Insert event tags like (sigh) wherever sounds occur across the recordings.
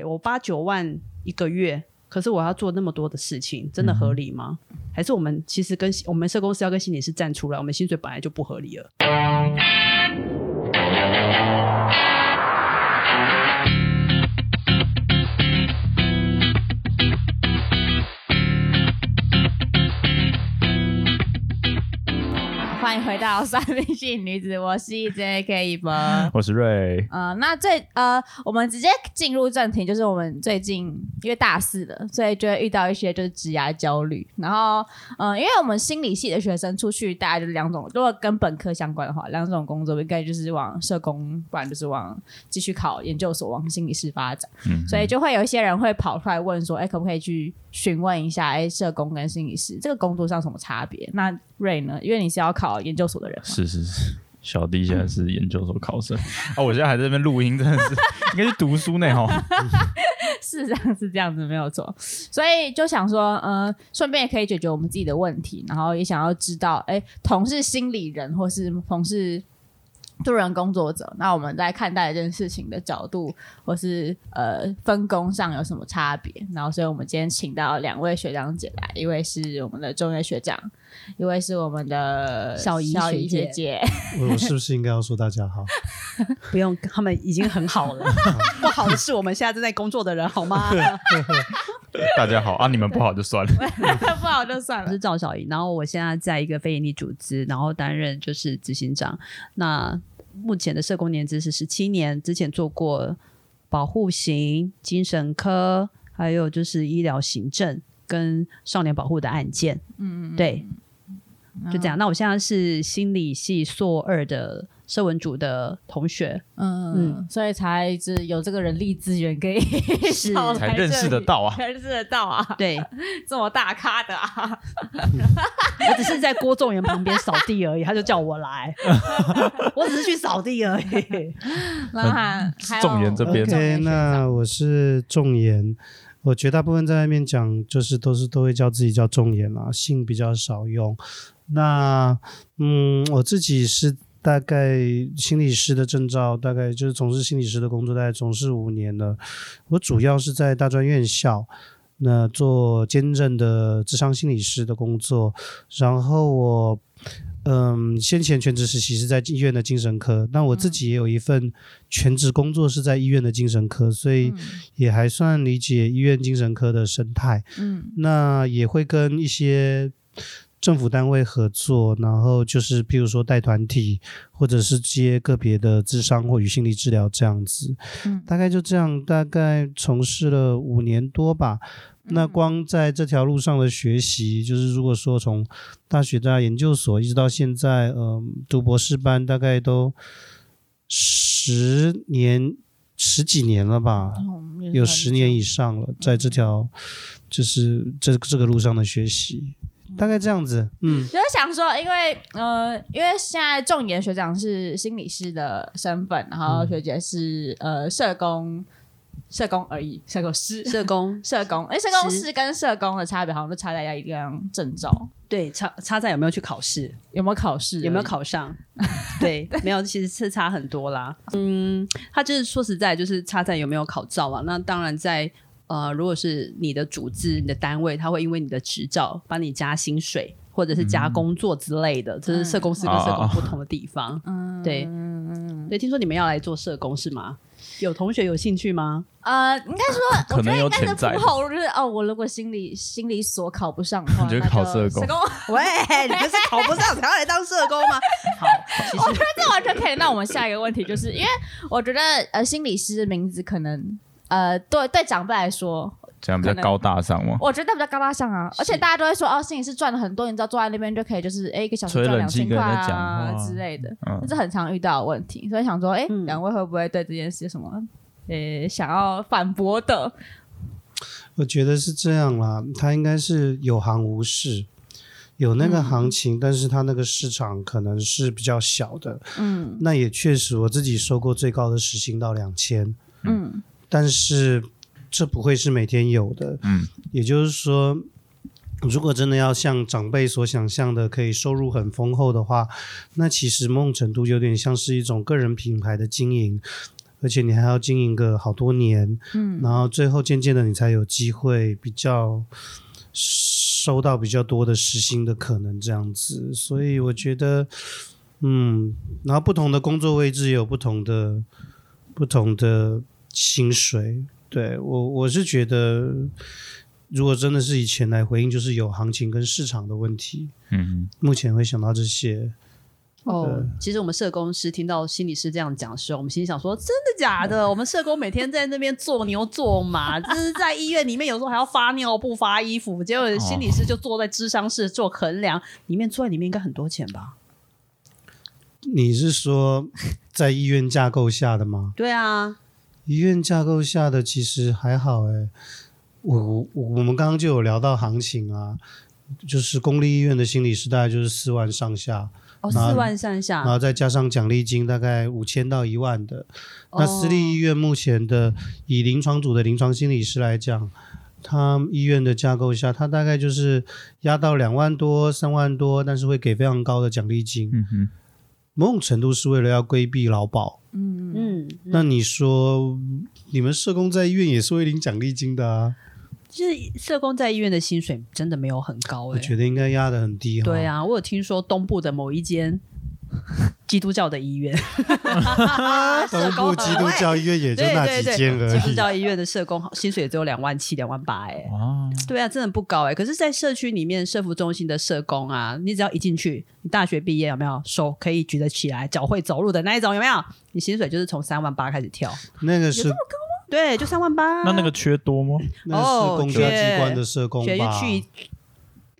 有八九万一个月，可是我要做那么多的事情，真的合理吗？还是我们其实跟我们社公司要跟心理师站出来，我们薪水本来就不合理了。欢迎回到 (laughs) 算命系女子，我是 J K 一博。呃， (laughs) 我是瑞，那最呃，我们直接进入正题，就是我们最近因为大四了，所以就会遇到一些就是职涯焦虑。然后，呃，因为我们心理系的学生出去，大概就是两种，如果跟本科相关的话，两种工作应该就是往社工，不然就是往继续考研究所，往心理师发展。嗯所以就会有一些人会跑出来问说，哎、可不可以去询问一下，哎、社工跟心理师这个工作上有什么差别？那瑞呢？因为你是要考研究所的人嘛，是是是，小弟现在是研究所考生啊，我现在还在这边录音，真的是应该是读书呢哈。事实 (laughs) 上是这样子，没有错。所以就想说，呃，顺便也可以解决我们自己的问题，然后也想要知道，哎、同是心理人或是同是助人工作者，那我们在看待这件事情的角度或是呃分工上有什么差别？然后，所以我们今天请到两位学长姐来，一位是我们的中原学长，一位是我们的呃小怡小怡学姐学姐。我我是不是应该要说大家好？不用，他们已经很好 (laughs) 了。不好的是我们现在正在工作的人，好吗？ (laughs) (laughs) 大家好啊，你们不好就算了。 (laughs) 不好就算我 (laughs) 了是。赵小怡，然后我现在在一个非营利组织，然后担任就是执行长。那目前的社工年资是十七年，之前做过保护型、精神科，还有就是医疗行政跟少年保护的案件。嗯，对，就这样。那我现在是心理系硕二的社文组的同 (laughs) 学，嗯，所以才一直有这个人力资源可以 (laughs) 找来才认识得到啊这里才认识得到啊，对这么大咖的啊，我只是在郭仲元旁边扫地而已，他就叫我 (laughs) 来，我只是去扫地而已。然后还还有众人这边重点 OK，学那我是仲言，我绝大部分在外面讲，就是都是都会叫自己叫仲言啦，姓比较少用。那嗯，我自己是大概心理师的证照，大概就是从事心理师的工作，大概从事五年了。我主要是在大专院校。那做兼任的智商心理师的工作，然后我，嗯，先前全职实习是在医院的精神科，那我自己也有一份全职工作是在医院的精神科，所嗯以也还算理解医院精神科的生态。嗯那也会跟一些政府单位合作，然后就是譬如说带团体，或者是接个别的智商或与心理治疗这样子。嗯大概就这样，大概从事了五年多吧。那光在这条路上的学习，就是如果说从大学到研究所，一直到现在，嗯、读博士班，大概都十年十几年了嗯吧，嗯有十年以上了，在这条就是这这个路上的学习，大概这样子，嗯，就是想说，因为呃，因为现在重研学长是心理师的身份，然后学姐是、呃社工，社工而已，社 (laughs) 工师，社工社工，哎、社工师师跟社工的差别好像就差在要一张证照，对，差差在有没有去考试，有没有考试，有没有，考上？ (laughs) 对，没有，其实是差很多啦。嗯，他就是说实在，就是差在有没有考照啊。那当然在，呃，如果是你的组织、你的单位，他会因为你的执照帮你加薪水，或者是加工作之类的，这是社公司跟社工不同的地方。嗯对嗯对，听说你们要来做社工是吗？有同学有兴趣吗？呃，应该说， (laughs) 可我觉能得有应该是潜在的铺后路，就是哦，我如果心理心理所考不上的话， (laughs) 你觉得那考就社社工工，喂，你不是考不上才要来当社工吗？ (laughs) 好，其我实觉得这完全可以。那我们下一个问题就是，因为我觉得呃，心理师的名字可能呃，对对长辈来说，这样比较高大上吗？我觉得比较高大上啊，而且大家都会说哦，心理师赚了很多，你知道坐在那边就可以就是哎一个小时吹赚冷两气千跟块人家讲啊话之类的，嗯这是很常遇到的问题。所以想说，哎，嗯两位会不会对这件事有什么呃想要反驳的？嗯我觉得是这样啦，它应该是有行无市。有那嗯个行情，但是它那个市场可能是比较小的。嗯那也确实，我自己收过最高的时薪到两千，嗯。但是这不会是每天有的。嗯，也就是说，如果真的要像长辈所想象的，可以收入很丰厚的话，那其实某种程度有点像是一种个人品牌的经营。而且你还要经营个好多年，嗯，然后最后渐渐的你才有机会比较收到比较多的时薪的可能这样子，所以我觉得，嗯，然后不同的工作位置也有不同的不同的薪水，对我我是觉得。如果真的是以钱来回应，就是有行情跟市场的问题。嗯，目前会想到这些，哦，其实我们社工师听到心理师这样讲的时候，我们心里想说：真的假 (laughs) 的？我们社工每天在那边做牛做马，就是在医院里面有时候还要发尿布、发衣服，结哦果心理师就坐在智商室做衡量，里面坐在里面应该很多钱吧？你是说在医院架构下的吗？对啊，医院架构下的其实还好诶、我我我们刚刚就有聊到行情啊，就是公立医院的心理师大概就是四万上下，哦，哪四万上然下，后再加上奖励金大概五千到一万的。哦那私立医院目前的以临床组的临床心理师来讲，他医院的架构下，他大概就是压到两万多、三万多，但是会给非常高的奖励金。嗯哼，某种程度是为了要规避劳保。嗯，嗯那你说，你们社工在医院也是会领奖励金的啊？就是社工在医院的薪水真的没有很高我哎、觉得应该压得很低哈。对，啊，我有听说东部的某一间基督教的医 (laughs) 院，社东部工基很督会教医院也就那啊几间而基督已。教医院的社工薪水也只有两万七、两万八哎、哇，对啊，真的不高哎、可是，在社区里面，社服中心的社工啊，你只要一进去，你大学毕业有没有手可以举得起来、脚会走路的那一种有没有？你薪水就是从三万八开始跳，那个是对，就三万八。那那个缺多吗？那哦是公家机关的社工学吧？去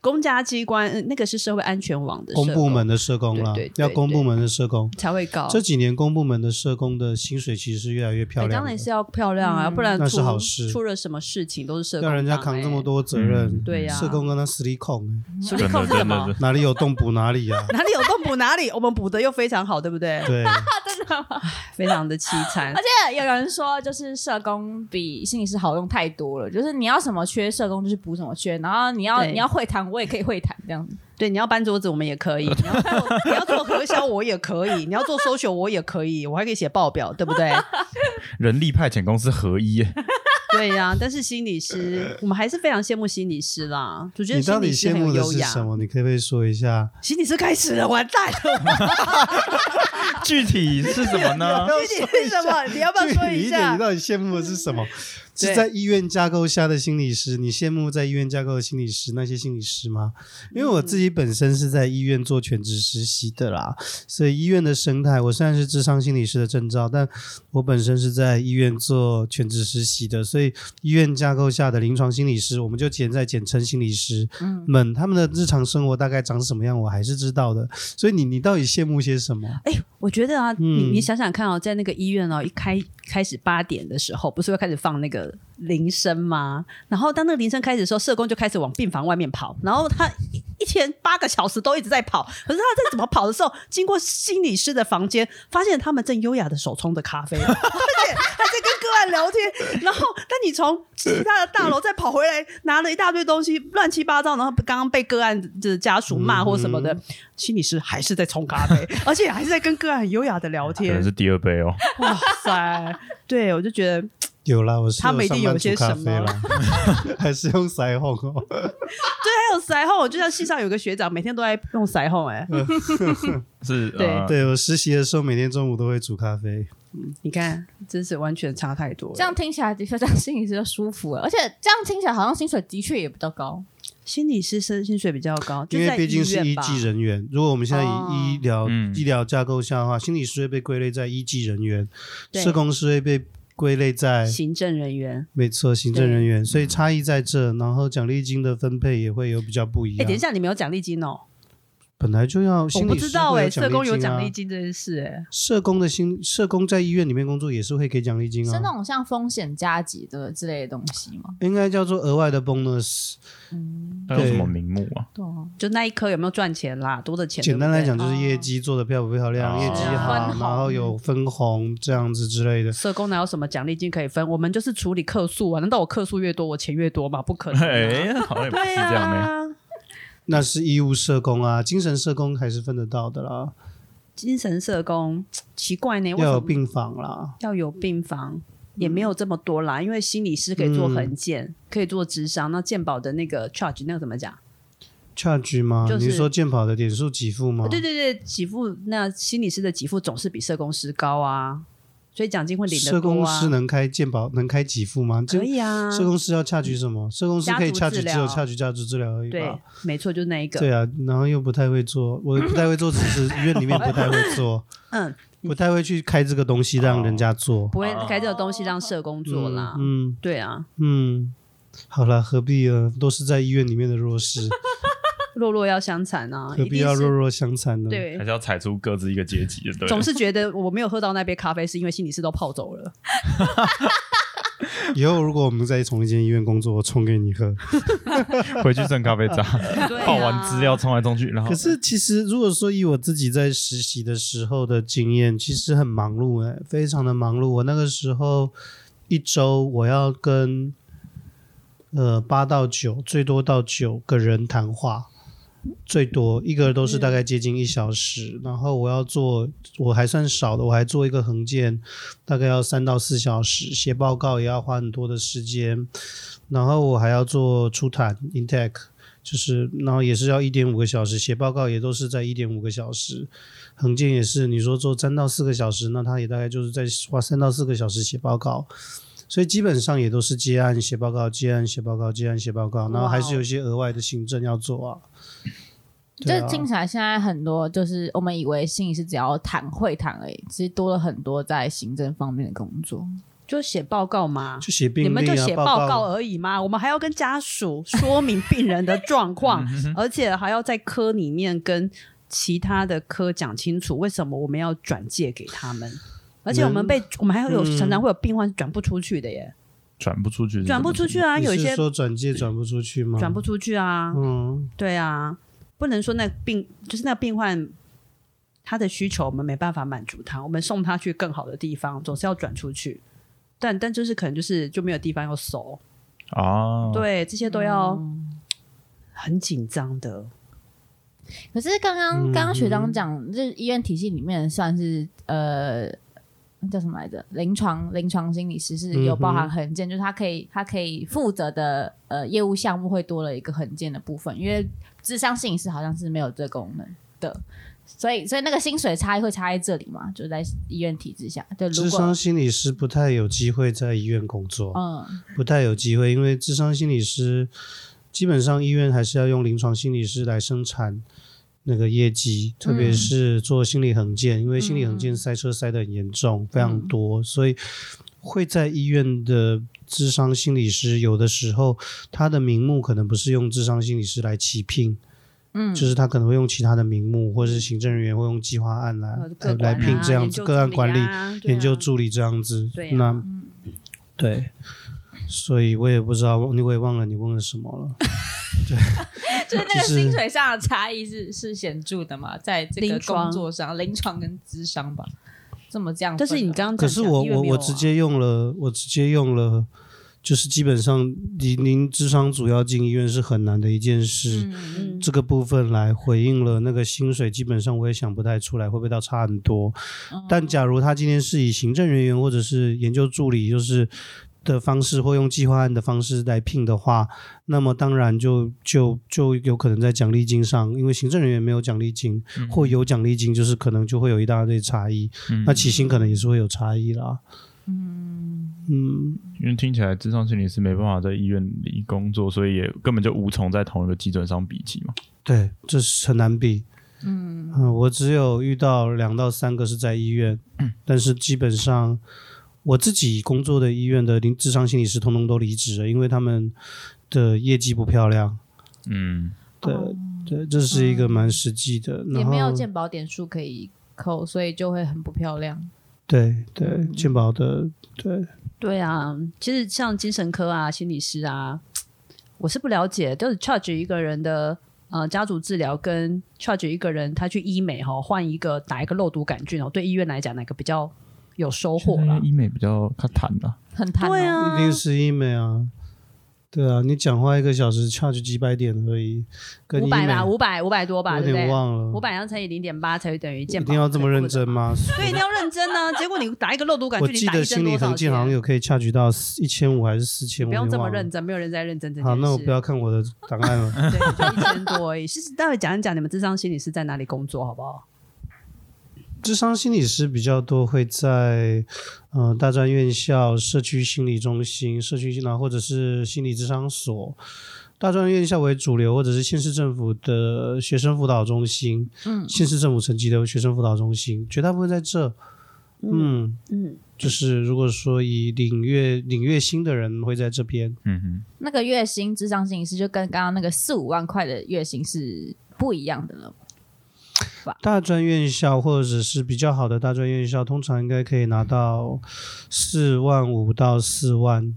公家机关、嗯那个是社会安全网的公社部工门的社工啦对对，对要公部门的社工。才会高。这几年公部门的社工的薪水其实是越来越漂哎亮当的然，是要漂亮啊，嗯不然那是出好事出了什么事情都是社工、让人家扛这么，多 (laughs) 责任，对呀、啊，社工跟他实力控，实力嗯真控的是什真么。的？哪里有洞补哪里啊哪里有洞补哪里，我们补的又非常好，对不 (laughs) 对？对，非常的凄 (laughs) 惨。而且有人说，就是社工比心理师好用太多了，就是你要什么缺社工就是补什么缺，然后你要对你要会谈，我也可以会谈这样子。对，你要搬桌子我们也可以，你要做你要做核销我也可以，你要做 social 我也可以，我还可以写报表，对不对？人力派遣公司合一 (laughs) 耶，对呀、但是心理师，我们还是非常羡慕心理师啦。我觉得你到心底理师羡很慕有的优是什雅。么？你可不可以说一下？心理师开始了，完蛋了！具体是什么呢？具体是什么？你要不要啊 (laughs) 具说体一点，下你？到底羡慕的是什 (laughs) 么？对是在医院架构下的心理师，你羡慕在医院架构的心理师那些心理师吗？因为我嗯自己本身是在医院做全职实习的啦，所以医院的生态，我虽然是智商心理师的证照，但我本身是在医院做全职实习的，所以医院架构下的临床心理师，我们就简在简称心理师嗯们，他们的日常生活大概长什么样，我还是知道的。所以你你到底羡慕些什么？哎、我觉得啊，你嗯你想想看哦，在那个医院哦，一开开始八点的时候，不是会开始放那个铃声吗？然后当那个铃声开始的时候，社工就开始往病房外面跑，然后他一一天八个小时都一直在跑。可是他在怎么跑的时候，经过心理师的房间，发现他们正优雅的手冲着咖啡，而且 (laughs) 还在跟个案聊天。然后，但你从其他的大楼再跑回来，拿了一大堆东西，乱七八糟，然后刚刚被个案的家属骂或什么的。心理师还是在冲 (laughs) 咖啡，而且还是在跟个案很优雅的聊可能 (laughs) 天是。第二杯 (laughs) 哦。哇塞，对我就觉得哎有啦，我是他们一定上有班些煮咖什么啡啦， (laughs) 还是用腮红哦。还有腮红，我就像系上有个学长每天都在用腮红、哎，嗯是，对呃，对我实习的时候，每天中午都会煮咖啡。你看，真是完全差太多了。这样听起来的确让心理师就舒服了，而且这样听起来好像薪水的确也比较高。心理师薪薪水比较高，就因为在毕竟医是院医吧技人员，如果我们现在哦以医疗、嗯医疗架构下的话，心理师会被归类在医技人员，对社工师会被归类在行政人员。没错行政人员，所以差异在这，然后奖励金的分配也会有比较不一哎、样。等一下，你没有奖励金哦？本来就要我心不理知师道会哎、有社工有奖奖励励金金啊。这件事哎、社工的心，社工在医院里面工作也是会给奖励金是啊，哦那种像风险加急的之类的东西吗？应该叫做额外的 bonus。那有什么名目啊？对啊，就那一科有没有赚钱啦？多的钱，简单来对不哦讲就是业绩做的漂不漂亮，哦业绩是好，啊分红然后有分红这样子之类的对，。社工哪有什么奖励金可以分？我们就是处理客诉啊，难道我客诉越多，我钱越多吗？不可能、啊。 (laughs) 哎，好像也不是对这哎样呢。啊，那是义务社工啊，精神社工还是分得到的啦。精神社工奇怪呢，为要什有么病房啦，要有病房？也没有这么多啦，因为心理师可以做横件，嗯可以做智商。那健保的那个 charge 那个怎么讲？ charge 吗？就是你是说健保的点数给付吗？对对对，给付那心理师的给付总是比社工师高啊，所以奖金会领得社多工啊师。能开健保能开给付吗？这可以啊，社工师要 charge 什么？社工师可以家族 charge 治只疗有 charge 家族治疗而已对吧？，没错，就是那一个。啊对啊，然后又不太会做，我不太会做，只是医院里面不太会 (laughs) 做，嗯，不太会去开这个东西让人家做。不会开这个东西让社工做啦。嗯对啊，嗯，好了，何必啊？都是在医院里面的弱势，弱弱要相残啊，何一必定要是弱弱相残呢？，对欸还。是要踩出各自一个阶级的，对了，总是觉得我没有喝到那杯咖啡，是因为心理师都泡走了。以后如果我们在同一间医院工作，我冲给你喝。回去剩咖啡渣， (laughs) 对啊泡完资料冲来冲去，然后 (laughs) 可是其实如果说以我自己在实习的时候的经验，其实很忙碌哎、非常的忙碌。我那个时候一周我要跟呃八到九，最多到九个人谈话，最多一个都是大概接近一小时。然后我要做，我还算少的，我还做一个横件，大概要三到四小时，写报告也要花很多的时间。然后我还要做出谈 intake。就是，然后也是要一点五个小时，写报告也都是在一点五个小时，横件也是，你说做三到四个小时，那他也大概就是在花三到四个小时写报告，所以基本上也都是接案写报告、接案写报告、接案写报告，然后还哦是有一些额外的行政要做啊。对就啊，听起来现在很多就是我们以为心理师只要谈会谈而已，其实多了很多在行政方面的工作。就写报告嘛，就写病你历啊，们就写报报告而已嘛，我们还要跟家属 (laughs) 说明病人的状况，嗯而且还要在科里面跟其他的科讲清楚为什么我们要转介给他们。而且我们被我们还有嗯常常会有病患转不出去的耶，转不出去是什么，转不出去啊，你有一是些说转介转不出去吗？转不，出去啊，嗯，对啊，不能说那病就是那病患他的需求我们没办法满足他，我们送他去更好的地方，总是要转出去。但但就是可能就是就没有地方要收，啊，，哦对，这些都要很紧张的。可是刚刚嗯刚刚学长讲，就是医院体系里面算是呃叫什么来着？临床临床心理师是有嗯哼包含横件，就是他可以他可以负责的呃业务项目会多了一个横件的部分，因为智商心理师好像是没有这功能的。所以，所以那个薪水差异会差在这里嘛？就在医院体制下，就如智果商心理师不太有机会在医院工作，嗯，不太有机会，因为智商心理师基本上医院还是要用临床心理师来生产那个业绩，特嗯别是做心理横件，因为心理横件塞车塞得很严重，非嗯常多，所以会在医院的。智商心理师有的时候，他的名目可能不是用智商心理师来起聘，嗯就是他可能会用其他的名目，或者是行政人员会用计划案来、来各管来啊聘这样研子究个案助理管理、啊对啊研究助理这样子。对啊那对，所以我也不知道，我也忘了你问了什么了。就是那个就是薪水上的差异是是显著的嘛，在这个临床工作上，临床跟智商吧，这么这样但分啊。是你刚刚可是讲我讲我因为没有我啊直接用了，我直接用了，就是基本上您您智商主要进医院是很难的一件事。嗯，嗯这个部分来回应了那个薪水，基本上我也想不太出来会不会到差很多。嗯哦但假如他今天是以行政人员或者是研究助理，就是的方式，或用计划案的方式来聘的话，那么当然就就就有可能在奖励金上，因为行政人员没有奖励金，或有奖励金，就是可能就会有一大堆差异。嗯那起薪可能也是会有差异啦。嗯因为听起来智商心理师没办法在医院里工作，所以也根本就无从在同一个基准上比起嘛。对，这是很难比。嗯我只有遇到两到三个是在医院，但是基本上我自己工作的医院的临智商心理师通通都离职了，因为他们的业绩不漂亮。嗯，对、哦对，这是嗯一个蛮实际的。也然没有后鉴保点数可以扣，所以就会很不漂亮。对对，嗯健保的对，对啊，其实像精神科啊、心理师啊，我是不了解，就是 charge 一个人的呃家族治疗跟 charge 一个人他去医美哈、哦，换一个打一个肉毒杆菌哦，对医院来讲哪个比较有收获因为啦？医美比较看谈啦，啊很贪、哦对，一啊，定是医美啊。对啊，你讲话一个小时差就几百点而已，跟五医百美吧，五百五百多吧，我有对不点对？忘了，五百要乘以零点八才会等于健一保，定要这么认真？吗？ (laughs) 对，一定要认真 (laughs) 呢、结果你打一个漏读感，我距离记打得一针心理多少横径好像钱有可以差距到一千五还是四千，不用这么认真。真，没有人在认真这件事。好，那我不要看我的档案了。对，就一千多而已。其实待会讲一讲你们智商心理师在哪里工作，好不好？智商心理师比较多会在嗯、呃大专院校、社区心理中心、社区心理或者是心理智商所。大专院校为主流，或者是县市政府的学生辅导中心，嗯县市政府层级的学生辅导中心，绝大部分在这。嗯，嗯，就是如果说以领月领月薪的人会在这边，嗯那个月薪智商心理师就跟刚刚那个四五万块的月薪是不一样的了。大专院校或者是比较好的大专院校，通常应该可以拿到四万五到四万，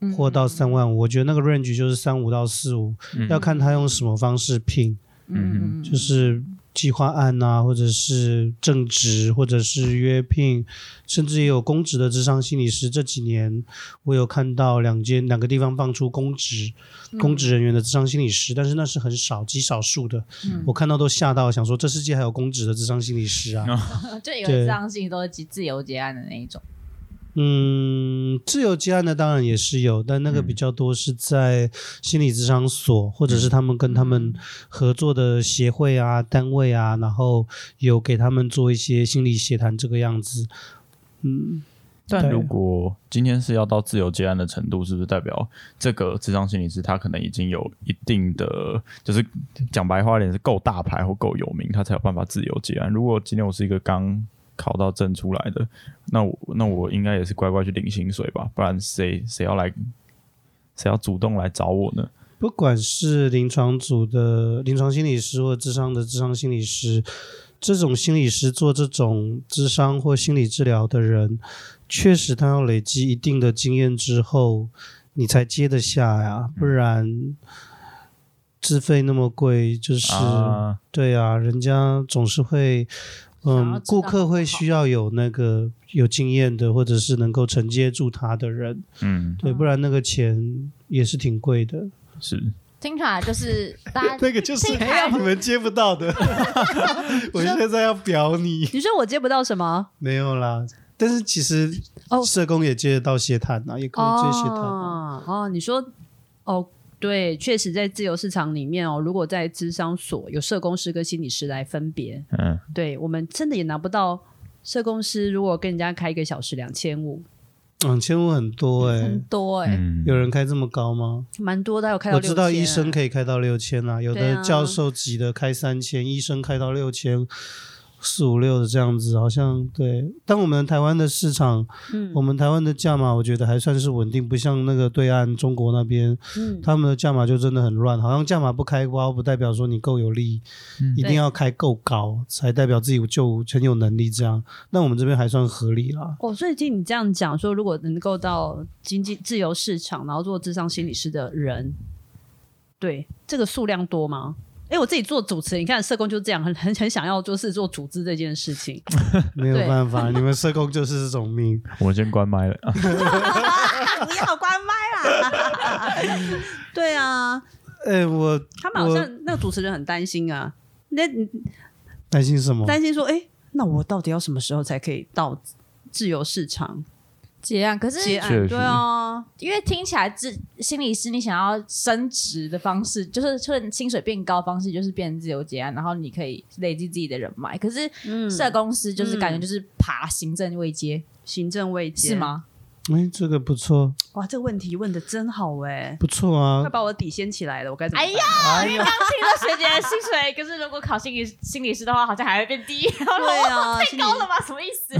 嗯或到三万五。我觉得那个 range 就是三五到四五，嗯要看他用什么方式聘，嗯嗯嗯，就是计划案啊，或者是正职，或者是约聘，甚至也有公职的智商心理师。这几年我有看到两间两个地方放出公职嗯公职人员的智商心理师，但是那是很少极少数的。嗯我看到都吓到，想说这世界还有公职的智商心理师啊。嗯 (laughs) 就以为对智商心理都是自自由结案的那一种。嗯，自由接案的当然也是有，但那个比较多是在心理咨商所，或者是他们跟他们合作的协会啊、单位啊，然后有给他们做一些心理协谈这个样子。嗯，但对如果今天是要到自由接案的程度，是不是代表这个智商心理师他可能已经有一定的，就是讲白话一点是够大牌或够有名，他才有办法自由接案？如果今天我是一个刚考到证出来的，那我那我应该也是乖乖去领薪水吧，不然谁谁要来，谁要主动来找我呢？不管是临床组的临床心理师，或智商的智商心理师，这种心理师做这种智商或心理治疗的人，确实他要累积一定的经验之后，你才接得下呀，嗯不然自费那么贵，就是、啊，对啊，人家总是会。想要嗯，知道顾客会好不好需要有那个有经验的，或者是能够承接住他的人，嗯，对，不然那个钱也是挺贵的。是听起来就是大 (laughs) 家那个就是听起来你们接不到 (laughs) 的。我现在要表你，你说我接不到什么？没有啦。但是其实哦社工也接得到协谈啊，也可以接协谈啊。哦哦，你说哦，对，确实在自由市场里面哦，如果在智商所有社工师跟心理师来分别，嗯，对我们真的也拿不到。社工师如果跟人家开一个小时两千五，两嗯千五很多哎、很多哎、嗯有人开这么高吗？蛮多的，有开到我六千。啊知道医生可以开到六千啊，有对的啊教授级的开三千，医生开到六千。四五六的这样子，好像对。但我们台湾的市场，嗯我们台湾的价码，我觉得还算是稳定，不像那个对岸中国那边，嗯，他们的价码就真的很乱，好像价码不开高，不代表说你够有力，嗯一定要开够高才代表自己就很有能力这样。那我们这边还算合理啦。哦，所以听你这样讲，说如果能够到经济自由市场，然后做智商心理师的人，对这个数量多吗？哎，我自己做主持人，你看社工就这样，很很很想要就是做组织这件事情。没有办法，你们社工就是这种 (laughs) 命。我先关麦了。啊不要关麦啦！对啊，哎，我他们好像那个主持人很担心啊，那担心什么？担心说，哎、那我到底要什么时候才可以到自由市场结案。可是结案确？实对啊，因为听起来自心理师你想要升职的方式，就是趁薪水变高的方式，就是变自由结案，然后你可以累积自己的人脉。可是嗯，社公司就是嗯感觉就是爬行政位阶、行政位阶是？吗？哎，这个不错，哇，这个问题问的真好哎、不错啊快。把我底掀起来了，我该怎么哎办？呀，你刚听了学姐的薪水，可是如果考心理心理师的话，好像还会变低，对啊， (laughs) 太高了吧？什么意 (laughs) 思？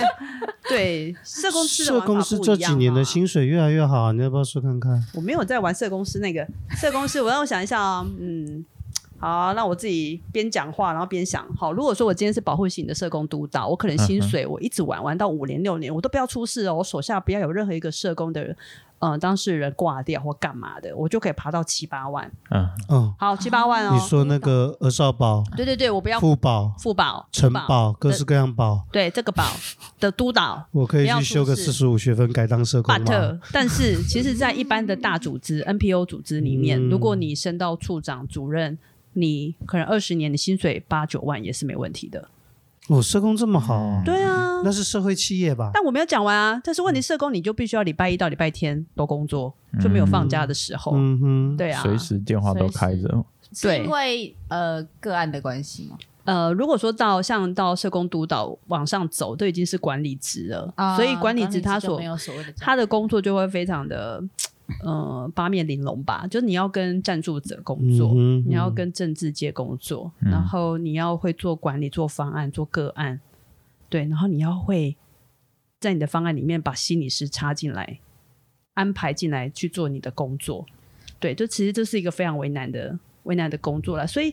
(laughs) 对，社工师的社玩法工是不这一几样啊年的嘛薪水越来越好啊，你要不要说看看？ (laughs) 我没有在玩社公司那个社公司，我让我想一下啊，嗯，好啊，那我自己边讲话，然后边想，好，如果说我今天是保护型的社工督导，我可能嗯薪水我一直玩玩到五年六年，我都不要出事哦，我手下不要有任何一个社工的人，呃，当事人挂掉或干嘛的，我就可以爬到七八万，嗯，嗯，好，七八万哦你，说那个儿少保、对对对，我不要父保、付保、城保，保，各式各样保，对这个保的督导，我可以不要去出修个事四十五学分，改当社工吗？ but 但是其实，在一般的大组织 NPO 组织里面，嗯如果你升到处长、主任，你可能二十年你薪水八九万也是没问题的。我、哦社工这么好、啊，对啊，那是社会企业吧？但我没有讲完啊。但是问题，社工你就必须要礼拜一到礼拜天都工作，就没有放假的时候。嗯哼，对啊，随时电话都开着，是对因为呃个案的关系吗？呃，如果说到像到社工督导往上走，都已经是管理职了，啊所以管理理职他所就没有所谓的他的工作就会非常的，呃，八面玲珑吧。就是你要跟赞助者工作，嗯哼你要跟政治界工作，嗯然后你要会做管理、做方案、做个案，对，然后你要会在你的方案里面把心理师插进来，安排进来去做你的工作。对，这其实这是一个非常为难的为难的工作了。所以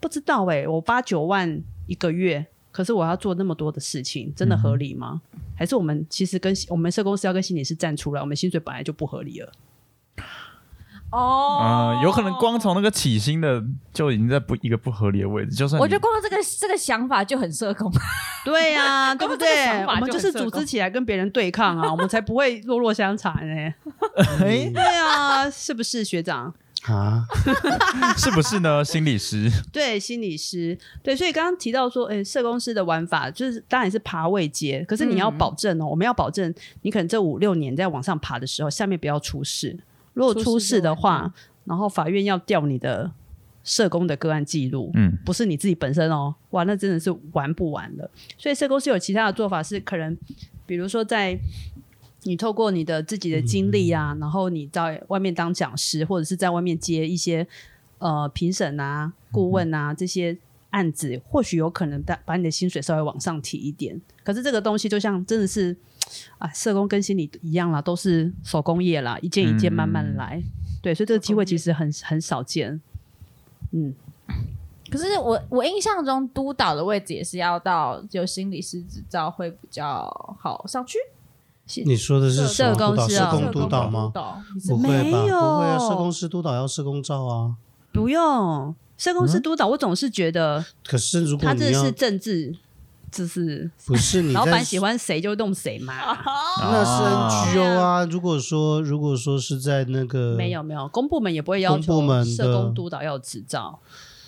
不知道哎、我八九万一个月，可是我要做那么多的事情，真的嗯合理吗？还是我们其实跟我们社公司要跟心理师站出来，我们薪水本来就不合理了。哦嗯，有可能光从那个起薪的就已经在不一个不合理的位置，就算我觉得你光到这个这个想法就很社恐，对 (laughs) 呀、对根不本对这个？想我法们就就很是社组织工起来跟别人对抗 (laughs) 啊，我们才不会弱弱相残哎、哎对啊，是不是学长？啊，是不 (laughs) 是呢？心理师，对，心理师，对，所以刚刚提到说，诶，社工师的玩法就是当然是爬位阶，可是你要保证哦，嗯我们要保证你可能这五六年在往上爬的时候，下面不要出事。如果出出事事就嗯的完话蛋，然后法院要调你的社工的个案记录，嗯，不是你自己本身哦，哇，那真的是玩不完了。所以社工是有其他的做法，是可能比如说在你透过你的自己的经历啊，然后你在外面当讲师，或者是在外面接一些呃评审啊、顾问啊这些案子，或许有可能把把你的薪水稍微往上提一点。可是这个东西就像真的是啊，社工跟心理一样啦，都是手工业啦，一件一件慢慢来。对，所以这个机会其实很很少见。嗯，可是我我印象中督导的位置也是要到有心理师执照会比较好上去，你说的是什社么督导？工师社啊工督导吗？不会没吧？有不会啊，社工师督导要社工照啊。不用，社工嗯是督导，我总是觉得可是如果他你这要是政治，就是不是你在 (laughs) 老板喜，欢谁就弄谁嘛。那啊是 NGO 啊。如果说如果说是在那个没有没有，公部门也不会要公部求门的社工督导要有执照，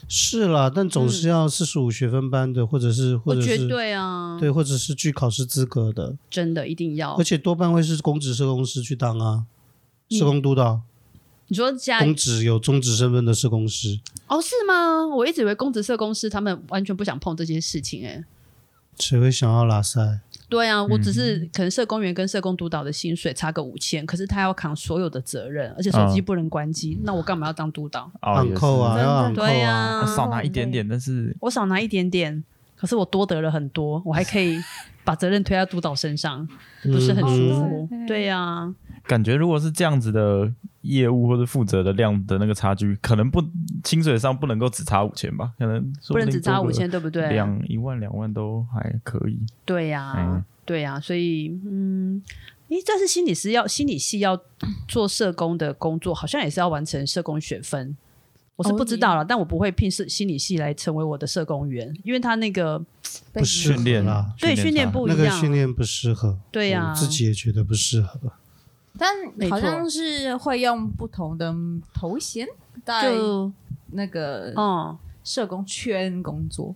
是啦，但总是要四十五学分班的，或者是嗯我或者绝是对啊，对，或者是具考试资格的，真的一定要而。且多半会是公职社工师去当啊。社工督导，你说加公职有中职身份的社工师，哦是吗？我一直以为公职社公司他们完全不想碰这些事情哎、谁会想要拉塞？对啊，我只嗯是可能社工员跟社工督导的薪水差个五千，可是他要扛所有的责任，而且手机嗯不能关机，那我干嘛要当督导？哦昂扣啊，也是要昂扣对呀、啊。也是少嗯拿一点点，但是我少拿一点点，可是我多得了很多，我还可以把责任推在督导身上，不是很舒服。嗯对呀、感觉如果是这样子的业务或者负责的量的那个差距，可能不薪水上不能够只差五千吧，可能说不能定只差多五个千，对不对？两一万两万都还可以。对呀、嗯对呀、所以嗯。咦，但是心理师要心理系要做社工的工作，好像也是要完成社工学分。我是哦不知道了，但我不会聘社心理系来成为我的社工员，因为他那个不适训练合啦，对训练差不一那样。个训练不适合。对呀我自己也觉得不适合。但没错好像是会用不同的头衔在就那个嗯，社工圈工作，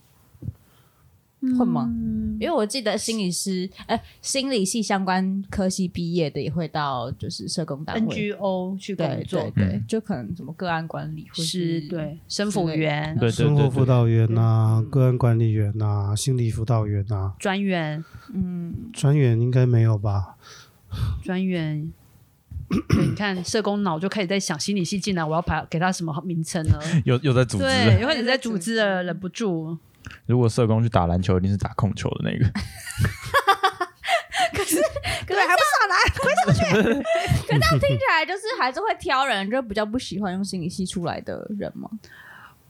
会吗？嗯因为我记得心理师，哎、心理系相关科系毕业的也会到就是社工单位 NGO 去工对作对对，嗯就可能什么个案管理或是对生辅类的员、对对生活对辅对，导员呐、嗯个案管理员呐、心理辅导员呐、专员、嗯，专员应该没有吧？专 (coughs) 员。对，你看社工脑就开始在想心理系进来，我要把给他什么名称呢？有有在组对，织。有可能在组织了，忍不住。如果社工去打篮球，一定是打控球的那个。可是还不 (laughs) (laughs) 上来，为什么去？可这样听起来就是还是会挑人，就比较不喜欢用心理系出来的人嘛。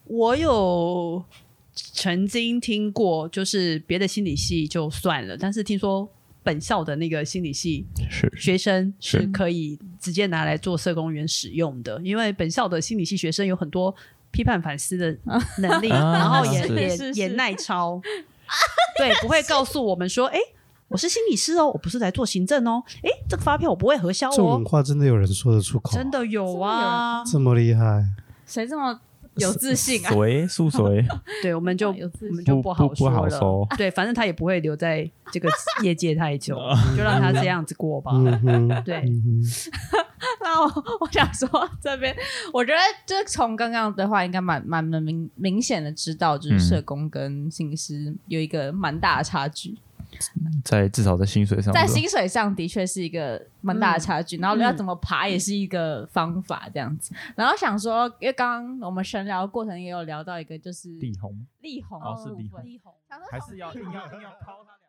我有曾经听过，就是别的心理系就算了，但是听说本校的那个心理系是 (laughs) 学生是是可以直接拿来做社工员使用的，因为本校的心理系学生有很多批判反思的能力，啊然后也是也是是也耐 (laughs) 操，对，不会告诉我们说，哎、我是心理师哦，我不是来做行政哦，哎、这个发票我不会核销这哦种，话真的有人说得出口？真的有啊，这么厉害？谁这么有自信啊？谁宿 (laughs) 谁对，我们就有自我们信就不好不不好了。说对，反正他也不会留在这个业界太 (laughs) 久，就让他这样子过吧。嗯哼，对嗯哼， (laughs) 那我我想说这边，我觉得就是从刚刚的话，应该蛮蛮能明明显的知道，就是嗯社工跟心理师有一个蛮大的差距，在至少在薪水上，在我说薪水上的确是一个蛮大的差嗯距，然后要怎么爬也是一个方法这样子。然后想说，因为刚刚我们闲聊过程也有聊到一个就是地红力宏哦是的部力分宏想说还是要硬要硬要抛他。